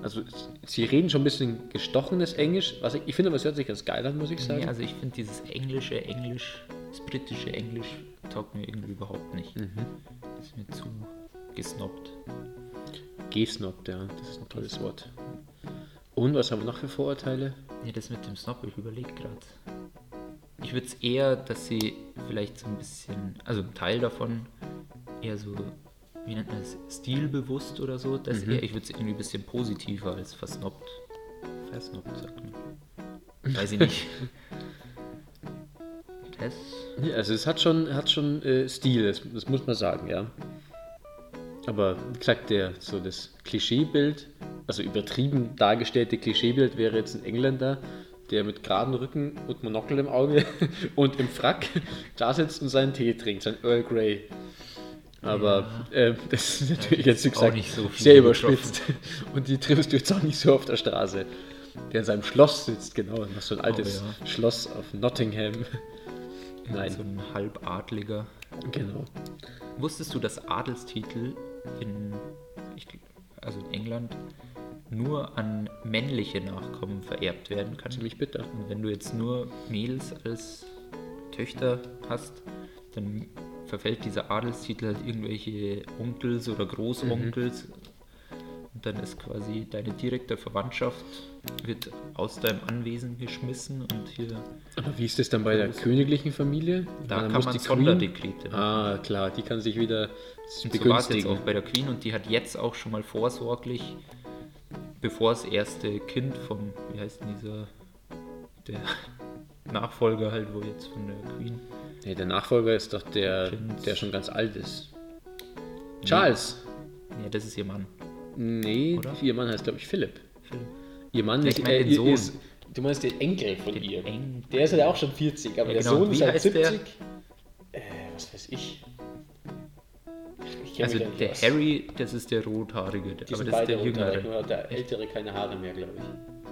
[SPEAKER 1] Also s- sie reden schon ein bisschen gestochenes Englisch. Was ich, ich finde, aber es hört sich ganz geil an, muss ich sagen.
[SPEAKER 2] Nee, also ich finde dieses englische Englisch, das britische Englisch taugt mir irgendwie überhaupt nicht. Das ist mir zu gesnobbt.
[SPEAKER 1] Gesnobbt, ja. Das ist ein tolles Wort. Und was haben wir noch für Vorurteile?
[SPEAKER 2] Ja, das mit dem Snob, ich überlege gerade. Ich würde es eher, dass sie vielleicht so ein bisschen, also ein Teil davon eher so, wie nennt man das, stilbewusst oder so. Das
[SPEAKER 1] Mhm.
[SPEAKER 2] eher, ich würde es irgendwie ein bisschen positiver als versnobbt. Versnobbt, sagt man. Weiß ich
[SPEAKER 1] *laughs*
[SPEAKER 2] nicht. Das,
[SPEAKER 1] Ja, Also es hat schon, hat schon äh, Stil, das, das muss man sagen, ja. Aber wie gesagt, der, so das Klischeebild, also übertrieben dargestellte Klischeebild wäre jetzt ein Engländer, der mit geradem Rücken und Monokel im Auge *laughs* und im Frack da sitzt und seinen Tee trinkt, sein Earl Grey. Aber ähm, *laughs* das ist natürlich jetzt wie
[SPEAKER 2] auch
[SPEAKER 1] gesagt
[SPEAKER 2] nicht so viele
[SPEAKER 1] sehr überspitzt. *laughs* Und die triffst du jetzt auch nicht so auf der Straße. Der in seinem Schloss sitzt, genau, noch so ein altes
[SPEAKER 2] Oh ja. Also
[SPEAKER 1] Schloss auf Nottingham. *laughs* Nein.
[SPEAKER 2] So ein halbadliger.
[SPEAKER 1] Genau.
[SPEAKER 2] Wusstest du, dass Adelstitel in, ich, gl- also in England nur an männliche Nachkommen vererbt werden kann?
[SPEAKER 1] Ziemlich bitter.
[SPEAKER 2] Und wenn du jetzt nur Mädels als Töchter hast, dann verfällt dieser Adelstitel halt irgendwelche Onkels oder Großonkels. Und dann ist quasi deine direkte Verwandtschaft wird aus deinem Anwesen geschmissen und hier
[SPEAKER 1] Aber wie ist das dann bei der königlichen Familie? Weil
[SPEAKER 2] da
[SPEAKER 1] dann
[SPEAKER 2] kann
[SPEAKER 1] muss
[SPEAKER 2] man
[SPEAKER 1] die Queen-
[SPEAKER 2] Sonderdekrete. machen.
[SPEAKER 1] Ah, klar, die kann sich wieder
[SPEAKER 2] Und so war es jetzt
[SPEAKER 1] begünstigen.
[SPEAKER 2] auch bei der Queen und die hat jetzt auch schon mal vorsorglich, bevor das erste Kind vom, wie heißt denn dieser, der *laughs* Nachfolger halt, wo jetzt von der Queen,
[SPEAKER 1] nee, der Nachfolger ist doch der,
[SPEAKER 2] Prinz.
[SPEAKER 1] der schon ganz alt ist. Charles!
[SPEAKER 2] ja, das ist ihr Mann.
[SPEAKER 1] Nee,
[SPEAKER 2] Oder?
[SPEAKER 1] ihr Mann heißt, glaube ich, Philipp.
[SPEAKER 2] Philipp.
[SPEAKER 1] Ihr Mann
[SPEAKER 2] Ja, ich
[SPEAKER 1] ist,
[SPEAKER 2] meine
[SPEAKER 1] äh,
[SPEAKER 2] den
[SPEAKER 1] ihr-
[SPEAKER 2] Sohn.
[SPEAKER 1] ihr ist. Du meinst den Enkel von
[SPEAKER 2] Den
[SPEAKER 1] ihr.
[SPEAKER 2] Enkel.
[SPEAKER 1] Der ist ja auch schon 40, aber
[SPEAKER 2] Ja,
[SPEAKER 1] der
[SPEAKER 2] genau.
[SPEAKER 1] Sohn
[SPEAKER 2] Wie
[SPEAKER 1] ist halt
[SPEAKER 2] heißt der?
[SPEAKER 1] 70. Äh, was weiß ich. Ich kenn
[SPEAKER 2] Also
[SPEAKER 1] mich da nicht
[SPEAKER 2] der
[SPEAKER 1] aus.
[SPEAKER 2] Harry, das ist der Rothaarige,
[SPEAKER 1] Die
[SPEAKER 2] aber
[SPEAKER 1] sind
[SPEAKER 2] das ist
[SPEAKER 1] beide
[SPEAKER 2] der
[SPEAKER 1] rothaarige,
[SPEAKER 2] Jüngere.
[SPEAKER 1] nur der Ältere keine Haare mehr, glaube ich.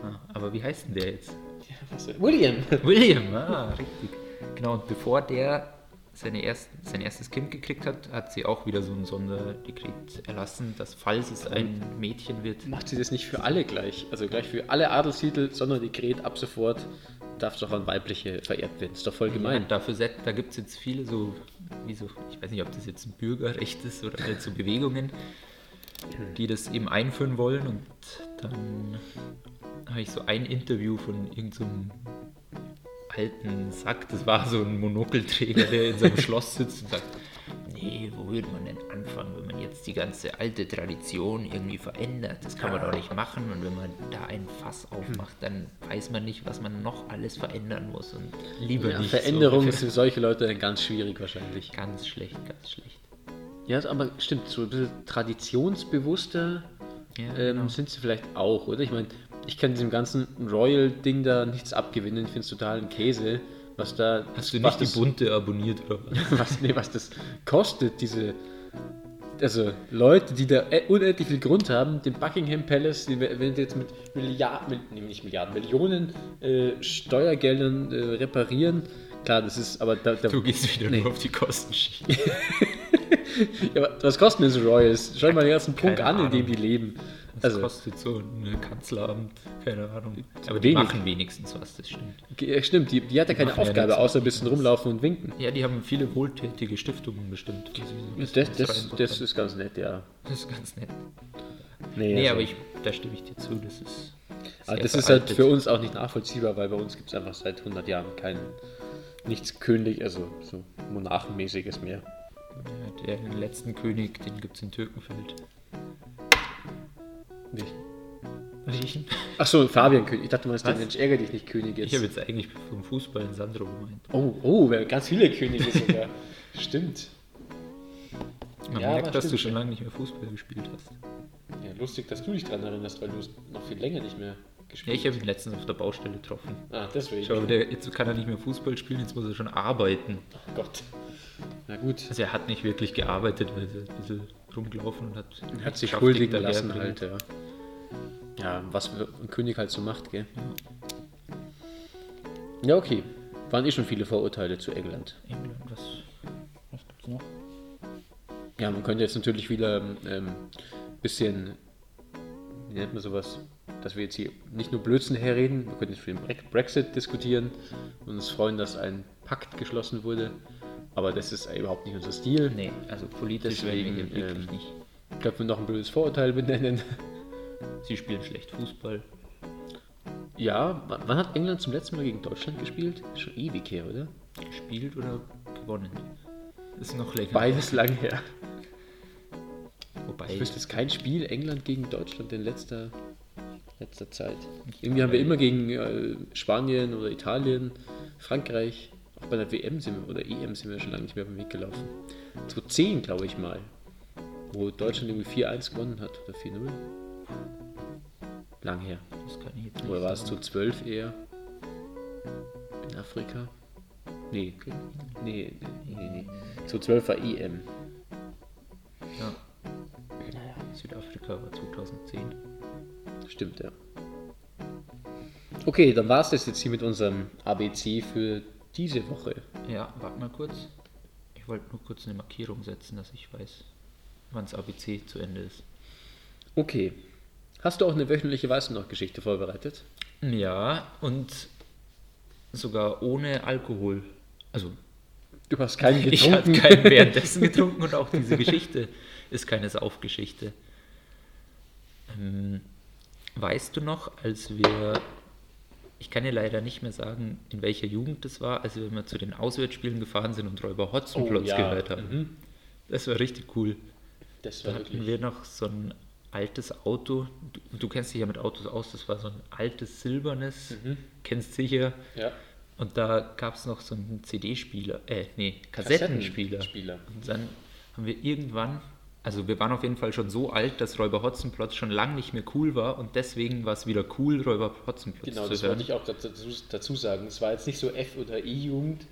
[SPEAKER 2] Ah, aber wie heißt denn der jetzt? *laughs*
[SPEAKER 1] Ja, was, Also, William! *laughs*
[SPEAKER 2] William, ah, richtig. Genau, und bevor der seine erst, sein erstes Kind gekriegt hat, hat sie auch wieder so einen Sonderdekret erlassen, dass falls es ein Mädchen wird,
[SPEAKER 1] Macht sie das nicht für alle gleich? Also gleich für alle Adelstitel, sondern Dekret ab sofort darf es doch an weibliche vererbt werden. Ist doch voll
[SPEAKER 2] Ja,
[SPEAKER 1] gemein.
[SPEAKER 2] dafür set, da gibt es jetzt viele so, wie so, ich weiß nicht, ob das jetzt ein Bürgerrecht ist oder halt so Bewegungen, die das eben einführen wollen. Und dann habe ich so ein Interview von irgendeinem so einem alten Sack, das war so ein Monokelträger, der in
[SPEAKER 1] *laughs*
[SPEAKER 2] seinem Schloss sitzt und sagt, nee, wo würde man denn anfangen, wenn man jetzt die ganze alte Tradition irgendwie verändert? Das kann man doch nicht machen. Und wenn man da ein Fass aufmacht, dann weiß man nicht, was man noch alles verändern muss. Und lieber
[SPEAKER 1] Ja,
[SPEAKER 2] nicht. so
[SPEAKER 1] Veränderung *laughs*
[SPEAKER 2] ungefähr.
[SPEAKER 1] ist für solche Leute dann ganz schwierig wahrscheinlich.
[SPEAKER 2] Ganz schlecht, ganz schlecht.
[SPEAKER 1] Ja, aber stimmt, so ein bisschen traditionsbewusster
[SPEAKER 2] Ja, genau.
[SPEAKER 1] ähm, sind sie vielleicht auch, oder? Ich meine, ich kann diesem ganzen Royal-Ding da nichts abgewinnen. Ich finde es totalen Käse, was da.
[SPEAKER 2] Hast du
[SPEAKER 1] was
[SPEAKER 2] nicht die Bunte abonniert oder was?
[SPEAKER 1] das, *laughs* was, nee, was das kostet, diese. Also Leute, die da e- unendlich viel Grund haben, den Buckingham Palace, die, we- wenn die jetzt mit Milliarden, nee, nicht Milliarden, Millionen äh, Steuergeldern äh, reparieren, klar, das ist, aber da, da,
[SPEAKER 2] Du gehst wieder nur auf die Kostenschicht.
[SPEAKER 1] Ja, aber was kosten denn so Royals? Schau dir mal den ganzen Punkt an,
[SPEAKER 2] Keine
[SPEAKER 1] in dem die
[SPEAKER 2] Ahnung.
[SPEAKER 1] leben.
[SPEAKER 2] Was
[SPEAKER 1] Also,
[SPEAKER 2] kostet so ein ne, Kanzleramt? Keine Ahnung. Aber
[SPEAKER 1] Wenig.
[SPEAKER 2] die machen wenigstens was, das stimmt.
[SPEAKER 1] ja, äh, stimmt, die, die hat ja keine
[SPEAKER 2] machen ja
[SPEAKER 1] Aufgabe,
[SPEAKER 2] nichts
[SPEAKER 1] außer ein bisschen rumlaufen und winken.
[SPEAKER 2] Ja, die haben viele wohltätige Stiftungen bestimmt. die sie so ein
[SPEAKER 1] Das,
[SPEAKER 2] bisschen
[SPEAKER 1] das,
[SPEAKER 2] was
[SPEAKER 1] das,
[SPEAKER 2] reinbuttern.
[SPEAKER 1] ist ganz nett, ja.
[SPEAKER 2] das ist ganz nett. Nee,
[SPEAKER 1] also-
[SPEAKER 2] aber ich, da stimme ich dir zu, das ist. sehr
[SPEAKER 1] aber das ist halt
[SPEAKER 2] veraltet.
[SPEAKER 1] für uns auch nicht nachvollziehbar, weil bei uns gibt es einfach seit 100 Jahren kein, nichts König, also so monarchenmäßiges mehr.
[SPEAKER 2] Ja, Den letzten König, den gibt es in Türkenfeld.
[SPEAKER 1] Nicht.
[SPEAKER 2] Riechen?
[SPEAKER 1] Achso, Fabian König. Ich dachte, man ist der
[SPEAKER 2] Was?
[SPEAKER 1] Mensch, ärgere dich nicht König jetzt.
[SPEAKER 2] Ich habe jetzt eigentlich vom Fußball in Sandro gemeint.
[SPEAKER 1] oh, oh, wir haben ganz viele Könige sogar. *laughs* stimmt.
[SPEAKER 2] Man
[SPEAKER 1] Ja, aber
[SPEAKER 2] merkt, dass du
[SPEAKER 1] stimmt,
[SPEAKER 2] schon
[SPEAKER 1] ja.
[SPEAKER 2] lange nicht mehr Fußball gespielt hast.
[SPEAKER 1] Ja, lustig, dass du dich dran erinnerst, weil du es noch viel länger nicht mehr
[SPEAKER 2] Ja,
[SPEAKER 1] gespielt
[SPEAKER 2] ich habe ihn letztens auf der Baustelle getroffen.
[SPEAKER 1] Ah, deswegen.
[SPEAKER 2] Schau, der, jetzt kann er nicht mehr Fußball spielen, jetzt muss er schon arbeiten.
[SPEAKER 1] Gott. Na gut.
[SPEAKER 2] Also er hat nicht wirklich gearbeitet, weil er ein bisschen rumgelaufen und hat,
[SPEAKER 1] Hat
[SPEAKER 2] Schaftig
[SPEAKER 1] sich schuldig
[SPEAKER 2] daher
[SPEAKER 1] gelassen
[SPEAKER 2] bringen.
[SPEAKER 1] halt, ja. Ja, was ein König halt so macht, gell? Ja, okay. Waren eh schon viele Vorurteile zu England.
[SPEAKER 2] England, was, was gibt's noch?
[SPEAKER 1] Ja, man könnte jetzt natürlich wieder ein ähm, bisschen, wie nennt man sowas, dass wir jetzt hier nicht nur Blödsinn herreden, wir könnten jetzt für den Bre Brexit diskutieren und uns freuen, dass ein Pakt geschlossen wurde. Aber das ist überhaupt nicht unser Stil.
[SPEAKER 2] Nee, also politisch
[SPEAKER 1] Deswegen,
[SPEAKER 2] werden wir hier wirklich
[SPEAKER 1] ähm,
[SPEAKER 2] nicht.
[SPEAKER 1] Ich glaube, wir noch ein blödes Vorurteil benennen. *laughs*
[SPEAKER 2] Sie spielen schlecht Fußball.
[SPEAKER 1] Ja, w- wann hat England zum letzten Mal gegen Deutschland gespielt? Schon ewig her, oder?
[SPEAKER 2] Gespielt oder gewonnen? Ist noch länger.
[SPEAKER 1] Beides lang her.
[SPEAKER 2] Wobei,
[SPEAKER 1] Ich wüsste jetzt kein Spiel England gegen Deutschland in letzter, letzter Zeit. Irgendwie haben wir immer gegen äh, Spanien oder Italien, Frankreich, auch bei der WM sind wir, oder EM sind wir schon lange nicht mehr vom Weg gelaufen. 2010, glaube ich mal, wo Deutschland irgendwie 4-1 gewonnen hat oder 4-0. Lang her.
[SPEAKER 2] das kann ich jetzt nicht
[SPEAKER 1] Oder war es
[SPEAKER 2] sagen.
[SPEAKER 1] zu 12 eher? In Afrika? Nee. Nee, nee, nee, nee. Zu 12 war E EM.
[SPEAKER 2] Ja. Südafrika war 2010.
[SPEAKER 1] Stimmt, ja. Okay, dann war es das jetzt hier mit unserem ABC für diese Woche.
[SPEAKER 2] Ja, warte mal kurz. Ich wollte nur kurz eine Markierung setzen, dass ich weiß, wann das ABC zu Ende ist.
[SPEAKER 1] Okay. Hast du auch eine wöchentliche Weißen noch Geschichte vorbereitet?
[SPEAKER 2] Ja, und sogar ohne Alkohol. Also,
[SPEAKER 1] Du hast *laughs* keinen
[SPEAKER 2] ich hatte
[SPEAKER 1] getrunken.
[SPEAKER 2] keinen währenddessen getrunken und auch diese Geschichte ist keine Saufgeschichte. Ähm, weißt du noch, als wir, ich kann dir leider nicht mehr sagen, in welcher Jugend das war, als wir mal zu den Auswärtsspielen gefahren sind und Räuber Hotzenplotz
[SPEAKER 1] Oh, ja. Mhm.
[SPEAKER 2] gehört haben. Das war richtig cool.
[SPEAKER 1] Das
[SPEAKER 2] Da
[SPEAKER 1] war
[SPEAKER 2] hatten
[SPEAKER 1] wirklich.
[SPEAKER 2] wir noch so ein altes Auto. Du, du kennst dich ja mit Autos aus, das war so ein altes silbernes,
[SPEAKER 1] Mhm.
[SPEAKER 2] kennst sicher.
[SPEAKER 1] Ja.
[SPEAKER 2] Und da gab es noch so einen CD-Spieler, äh, nee, Kassettenspieler.
[SPEAKER 1] Kassettenspieler.
[SPEAKER 2] Und dann haben wir irgendwann, also wir waren auf jeden Fall schon so alt, dass Räuber Hotzenplotz schon lang nicht mehr cool war und deswegen war es wieder cool, Räuber Hotzenplotz
[SPEAKER 1] Genau,
[SPEAKER 2] zu
[SPEAKER 1] das
[SPEAKER 2] hören.
[SPEAKER 1] wollte ich auch dazu, dazu sagen. Es war jetzt nicht so F- oder E-Jugend.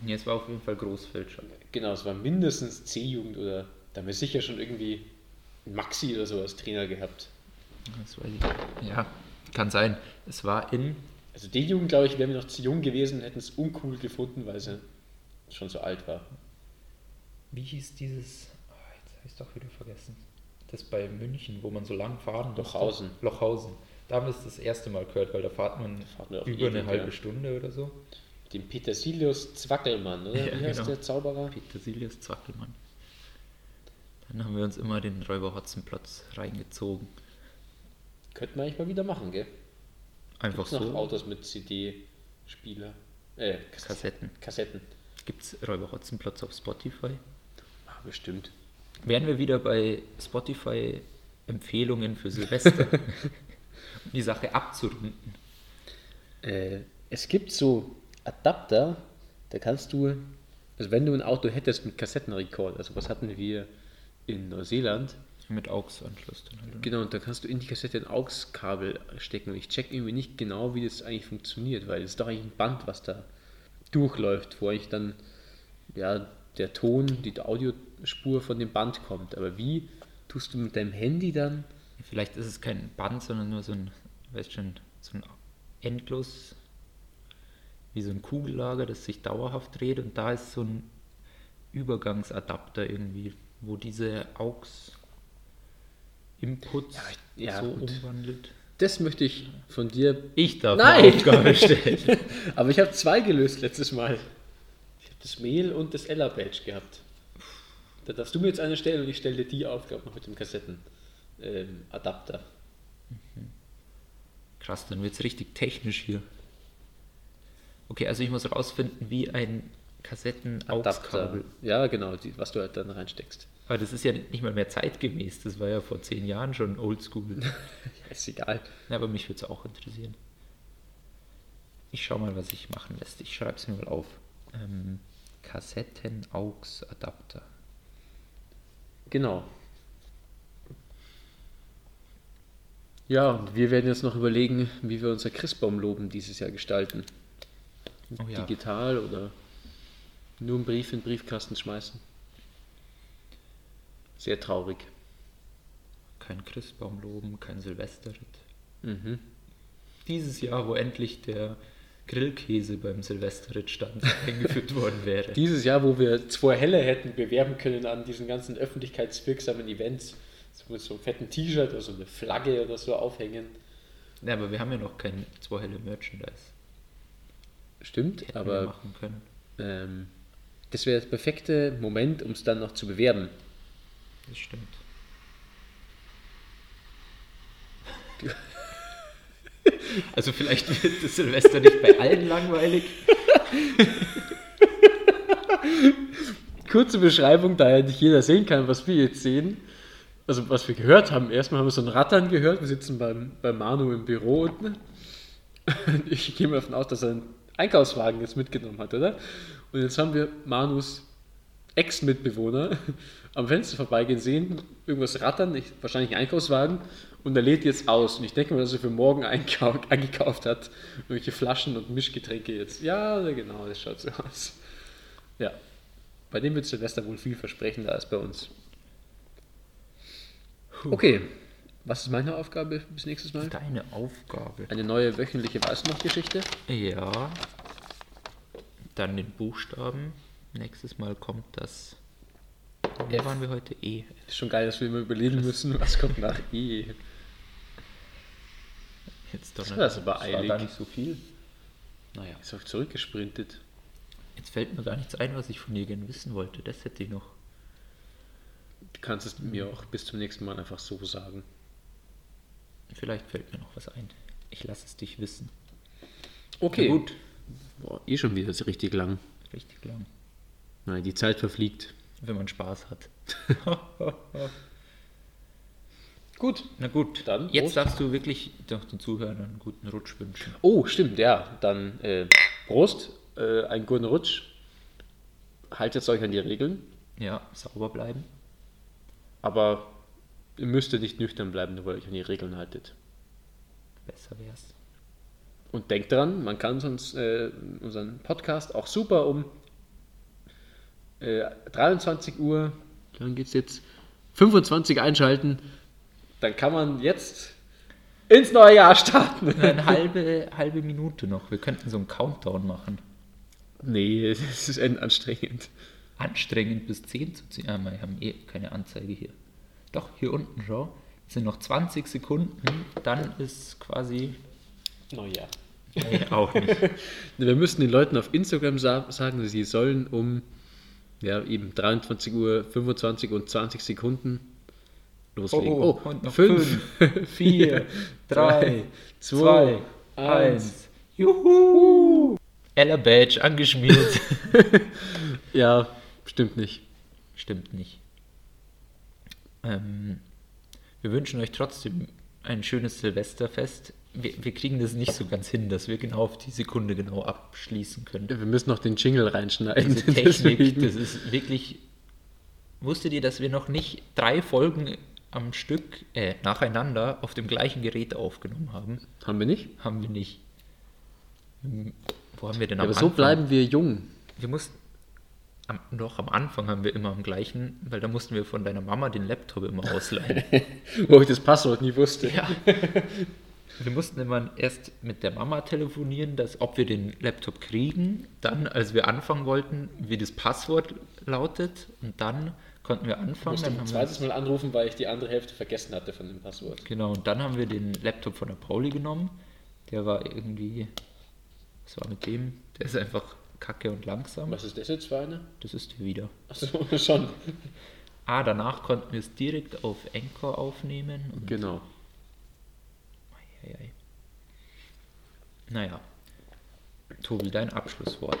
[SPEAKER 2] Nee, es war auf jeden Fall Großfeldschau.
[SPEAKER 1] Genau, es war mindestens C-Jugend oder da haben wir sicher schon irgendwie Maxi oder so als Trainer gehabt.
[SPEAKER 2] Das weiß ich. Ja, kann sein. Es war in.
[SPEAKER 1] Also D-Jugend, glaube ich, wären wir noch zu jung gewesen und hätten es uncool gefunden, weil sie schon so alt war.
[SPEAKER 2] Wie hieß dieses. Ah, jetzt habe ich es doch wieder vergessen. Das bei München, wo man so lang fahren musste.
[SPEAKER 1] Lochhausen.
[SPEAKER 2] Lochhausen. Da haben wir es das erste Mal gehört, weil da fahrt man
[SPEAKER 1] fahrt man auf
[SPEAKER 2] über
[SPEAKER 1] ewig,
[SPEAKER 2] eine halbe
[SPEAKER 1] ja.
[SPEAKER 2] Stunde oder so.
[SPEAKER 1] Mit dem Petersilius Zwackelmann, oder?
[SPEAKER 2] Ja,
[SPEAKER 1] Wie heißt
[SPEAKER 2] genau.
[SPEAKER 1] der Zauberer?
[SPEAKER 2] Petersilius Zwackelmann. Dann haben wir uns immer den Räuberhotzenplatz reingezogen.
[SPEAKER 1] Könnten wir eigentlich mal wieder machen, gell?
[SPEAKER 2] Einfach
[SPEAKER 1] Gibt's noch
[SPEAKER 2] so.
[SPEAKER 1] Autos mit CD-Spieler? Äh, Kass-
[SPEAKER 2] Kassetten.
[SPEAKER 1] Kassetten.
[SPEAKER 2] Gibt es Räuberhotzenplatz auf Spotify?
[SPEAKER 1] Ah, bestimmt.
[SPEAKER 2] Wären wir wieder bei Spotify-Empfehlungen für *laughs* Silvester, um die Sache abzurunden.
[SPEAKER 1] Äh, es gibt so Adapter, da kannst du, also wenn du ein Auto hättest mit Kassettenrekord, also was hatten wir in Neuseeland,
[SPEAKER 2] Mit AUX-Anschluss dann halt. oder?
[SPEAKER 1] Genau, und da kannst du in die Kassette ein AUX-Kabel stecken. Und ich check irgendwie nicht genau, wie das eigentlich funktioniert, weil es ist doch eigentlich ein Band, was da durchläuft, wo eigentlich dann ja, der Ton, die Audiospur von dem Band kommt. Aber wie tust du mit deinem Handy dann?
[SPEAKER 2] Vielleicht ist es kein Band, sondern nur so ein, weißt schon, so ein endlos, wie so ein Kugellager, das sich dauerhaft dreht und da ist so ein Übergangsadapter irgendwie, wo diese AUX Inputs
[SPEAKER 1] ich- ja,
[SPEAKER 2] so
[SPEAKER 1] gut.
[SPEAKER 2] umwandelt.
[SPEAKER 1] Das möchte ich von dir.
[SPEAKER 2] Ich darf
[SPEAKER 1] Nein!
[SPEAKER 2] eine Aufgabe
[SPEAKER 1] *laughs*
[SPEAKER 2] stellen.
[SPEAKER 1] Aber ich habe zwei gelöst letztes Mal. Ich habe das Mail und das Ella-Badge gehabt. Da darfst du mir jetzt eine stellen und ich stelle dir die Aufgabe noch mit dem ähm, Kassettenadapter.
[SPEAKER 2] Krass, dann wird es richtig technisch hier. Okay, also ich muss rausfinden, wie ein
[SPEAKER 1] Adapter.
[SPEAKER 2] Kassetten-AUX-Kabel.
[SPEAKER 1] Ja, genau, die, was du halt dann reinsteckst.
[SPEAKER 2] Aber das ist ja nicht mal mehr zeitgemäß. Das war ja vor zehn Jahren schon oldschool.
[SPEAKER 1] Ja, ist egal.
[SPEAKER 2] Ja, aber mich würde es auch interessieren. Ich schau mal, was ich machen lässt. Ich schreibe es mir mal auf. Ähm, Kassetten-AUX-Adapter.
[SPEAKER 1] Genau. Ja, und wir werden jetzt noch überlegen, wie wir unser Christbaumloben dieses Jahr gestalten.
[SPEAKER 2] Oh ja.
[SPEAKER 1] Digital oder nur einen Brief in den Briefkasten schmeißen. Sehr traurig.
[SPEAKER 2] Kein Christbaum loben, kein Silvesterritt.
[SPEAKER 1] Mhm.
[SPEAKER 2] Dieses Jahr, wo endlich der Grillkäse beim Silvesterritt *laughs* stand, eingeführt worden wäre.
[SPEAKER 1] Dieses Jahr, wo wir zwei Helle hätten bewerben können an diesen ganzen öffentlichkeitswirksamen Events, so mit so einem fetten T-Shirt oder so eine Flagge oder so aufhängen.
[SPEAKER 2] Ja, aber wir haben ja noch kein zwei helle Merchandise.
[SPEAKER 1] Stimmt,
[SPEAKER 2] Hätten wir
[SPEAKER 1] aber
[SPEAKER 2] machen können.
[SPEAKER 1] ähm, das wäre der perfekte Moment, um es dann noch zu bewerben.
[SPEAKER 2] Das *laughs* stimmt. Also vielleicht wird das Silvester nicht bei allen langweilig.
[SPEAKER 1] kurze Beschreibung, da ja nicht jeder sehen kann, was wir jetzt sehen. Also was wir gehört haben. Erstmal haben wir so ein Rattern gehört. Wir sitzen beim, bei Manu im Büro unten. Und ich gehe mal davon aus, dass er einen Einkaufswagen jetzt mitgenommen hat, oder? Und jetzt haben wir Manus Ex-Mitbewohner am Fenster vorbeigehen sehen, irgendwas rattern, ich, wahrscheinlich ein Einkaufswagen. Und er lädt jetzt aus. Und ich denke mal, dass er für morgen einkau- eingekauft hat. Irgendwelche Flaschen und Mischgetränke jetzt. Ja, genau, das schaut so aus. Ja. Bei dem wird Silvester wohl vielversprechender als bei uns. Okay, was ist meine Aufgabe bis nächstes Mal?
[SPEAKER 2] Deine Aufgabe.
[SPEAKER 1] Eine neue wöchentliche Weißnachtgeschichte.
[SPEAKER 2] Ja. Dann den Buchstaben. Nächstes Mal kommt das. Wo
[SPEAKER 1] F.
[SPEAKER 2] waren wir heute? E.
[SPEAKER 1] Ist schon geil, dass wir immer überlegen müssen, was kommt nach I.
[SPEAKER 2] Jetzt doch
[SPEAKER 1] war das aber eilig.
[SPEAKER 2] gar nicht so viel.
[SPEAKER 1] Naja. Ist auch zurückgesprintet.
[SPEAKER 2] Jetzt fällt mir gar nichts ein, was ich von dir gerne wissen wollte. Das hätte ich noch.
[SPEAKER 1] Du kannst es mir auch bis zum nächsten Mal einfach so sagen.
[SPEAKER 2] Vielleicht fällt mir noch was ein. Ich lasse es dich wissen.
[SPEAKER 1] Okay.
[SPEAKER 2] Na gut.
[SPEAKER 1] Boah, eh schon wieder so richtig lang.
[SPEAKER 2] Richtig lang.
[SPEAKER 1] Nein, die Zeit verfliegt.
[SPEAKER 2] Wenn man Spaß
[SPEAKER 1] *laughs*
[SPEAKER 2] hat.
[SPEAKER 1] Gut.
[SPEAKER 2] Na gut,
[SPEAKER 1] Dann
[SPEAKER 2] jetzt
[SPEAKER 1] Prost.
[SPEAKER 2] darfst du wirklich doch den Zuhörern einen guten Rutsch wünschen.
[SPEAKER 1] Oh, stimmt, ja. Dann äh, Prost, äh, einen guten Rutsch. Haltet euch an die Regeln.
[SPEAKER 2] Ja, sauber bleiben.
[SPEAKER 1] Aber ihr müsst nicht nüchtern bleiben, nur weil ihr euch an die Regeln haltet.
[SPEAKER 2] Besser wär's.
[SPEAKER 1] Und denkt dran, man kann uns, äh, unseren Podcast auch super um äh, 23 Uhr, dann geht's jetzt 25 einschalten. Dann kann man jetzt ins neue Jahr starten.
[SPEAKER 2] Eine halbe, halbe Minute noch. Wir könnten so einen Countdown machen.
[SPEAKER 1] nee, das ist anstrengend.
[SPEAKER 2] Anstrengend bis 10 zu 10. Ah, wir haben eh keine Anzeige hier. Doch, hier unten, schau. Es sind noch 20 Sekunden. Dann ist quasi.
[SPEAKER 1] Neujahr.
[SPEAKER 2] Nee, auch nicht.
[SPEAKER 1] Wir müssen den Leuten auf Instagram sa- sagen, sie sollen um ja, eben 23 Uhr 25 und 20 Sekunden loslegen.
[SPEAKER 2] Oh, und noch fünf, *laughs* vier, drei,
[SPEAKER 1] zwei,
[SPEAKER 2] zwei, eins. Juhu! Ella Badge angeschmiert.
[SPEAKER 1] *laughs* Ja, stimmt nicht.
[SPEAKER 2] Stimmt nicht. Ähm, wir wünschen euch trotzdem ein schönes Silvesterfest. Wir, wir kriegen das nicht so ganz hin, dass wir genau auf die Sekunde genau abschließen können.
[SPEAKER 1] Wir müssen noch den Jingle reinschneiden.
[SPEAKER 2] Diese Technik,
[SPEAKER 1] *laughs* deswegen.
[SPEAKER 2] das ist wirklich. Wusstet ihr, dass wir noch nicht drei Folgen am Stück äh, nacheinander auf dem gleichen Gerät aufgenommen haben?
[SPEAKER 1] Haben wir nicht?
[SPEAKER 2] Haben wir nicht. Hm, Wo haben wir denn am
[SPEAKER 1] Ja, aber so
[SPEAKER 2] Anfang?
[SPEAKER 1] bleiben wir jung.
[SPEAKER 2] Wir mussten. Am, doch, am Anfang haben wir immer am gleichen, weil da mussten wir von deiner Mama den Laptop immer
[SPEAKER 1] *laughs*
[SPEAKER 2] ausleihen.
[SPEAKER 1] Wo ich das Passwort nie wusste.
[SPEAKER 2] ja. Wir mussten immer erst mit der Mama telefonieren, dass, ob wir den Laptop kriegen. Dann, als wir anfangen wollten, wie das Passwort lautet. Und dann konnten wir anfangen.
[SPEAKER 1] musste
[SPEAKER 2] Dann
[SPEAKER 1] ein
[SPEAKER 2] haben wir,
[SPEAKER 1] zweites Mal anrufen, weil ich die andere Hälfte vergessen hatte von dem Passwort.
[SPEAKER 2] genau, und dann haben wir den Laptop von der Pauli genommen. Der war irgendwie. Was war mit dem? Der ist einfach kacke und langsam.
[SPEAKER 1] Was ist das jetzt für eine?
[SPEAKER 2] Das ist der wieder.
[SPEAKER 1] Achso, *laughs* schon.
[SPEAKER 2] Ah, danach konnten wir es direkt auf Anchor aufnehmen. Und
[SPEAKER 1] Genau.
[SPEAKER 2] Eieiei. Naja. Tobi, dein Abschlusswort.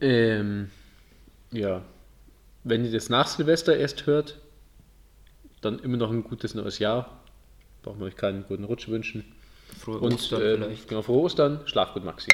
[SPEAKER 1] Ähm, ja. Wenn ihr das nach Silvester erst hört, dann immer noch ein gutes neues Jahr. Brauchen wir euch keinen guten Rutsch wünschen.
[SPEAKER 2] Frohe
[SPEAKER 1] Und
[SPEAKER 2] Ostern
[SPEAKER 1] ähm,
[SPEAKER 2] vielleicht.
[SPEAKER 1] genau, frohe Ostern. Schlaf gut, Maxi.